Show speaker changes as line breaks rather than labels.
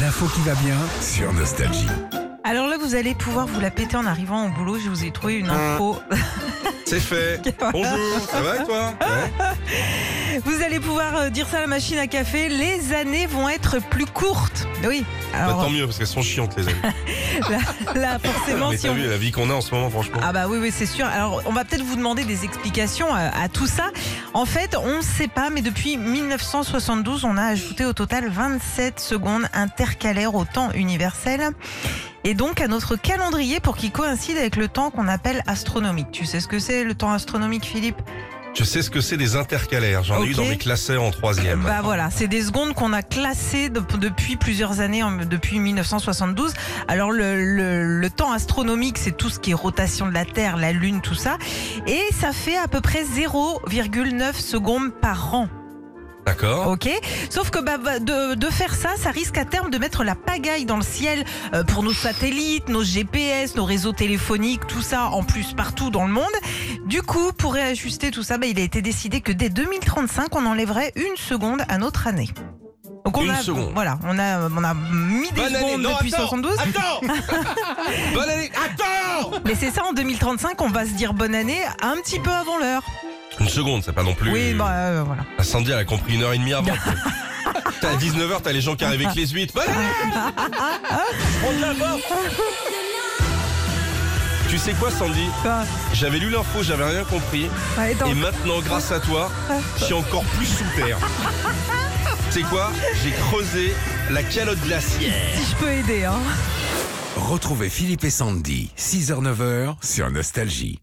l'info qui va bien.
sur Nostalgie.
Alors là, vous allez pouvoir vous la péter en arrivant au boulot. Je vous ai trouvé une info.
C'est fait. Bonjour, ça va et toi
Ah.
Bah,
Ouais.
Vous allez pouvoir euh, dire ça à la machine à café. Les années vont être plus courtes. Oui.
Bah, tant
Alors
mieux, parce qu'elles sont chiantes, les amis.
là, forcément,
Mais
si
t'as
on
vu la vie qu'on a en ce moment, franchement.
Ah bah oui, oui, c'est sûr. Alors, on va peut-être vous demander des explications à, à tout ça. En fait, on ne sait pas, mais depuis 1972, on a ajouté au total 27 secondes intercalaires au temps universel. Et donc à notre calendrier pour qu'il coïncide avec le temps qu'on appelle astronomique. Tu sais ce que c'est le temps astronomique, Philippe
Je sais ce que c'est des intercalaires. J'en ai eu
Ok.
dans mes classeurs en troisième.
Bah voilà, c'est des secondes qu'on a classées de- depuis plusieurs années, en- depuis 1972. Alors le, le- le temps astronomique, c'est tout ce qui est rotation de la Terre, la Lune, tout ça. Et ça fait à peu près 0,9 secondes par an.
D'accord
Ok Sauf que bah, bah, de, de faire ça, ça risque à terme de mettre la pagaille dans le ciel euh, pour nos satellites, nos GPS, nos réseaux téléphoniques, tout ça en plus partout dans le monde. Du coup, pour réajuster tout ça, bah, il a été décidé que dès 2035, on enlèverait une seconde à notre année. Donc on
Une
a,
seconde.
Voilà, on a, on a mis Oh, des
Bonne année.
secondes
Non,
depuis
attends,
72.
Attends Bonne année Attends
Mais c'est ça, en 2035, on va se dire bonne année un petit peu avant l'heure.
Une seconde, c'est pas non plus.
Oui, bah euh, voilà.
Ah, Sandy, elle a compris une heure et demie avant. T'as à 19h, t'as les gens qui arrivent avec les huit. Bonne année Je prends de la force. Tu sais quoi, Sandy
Quoi
J'avais lu l'info, j'avais rien compris.
Ouais, attends.
Et maintenant, grâce à toi, je suis encore plus sous terre. Tu sais quoi J'ai creusé la calotte glaciaire.
si je peux aider, hein.
Retrouvez Philippe et Sandy, 6h-9h sur Nostalgie.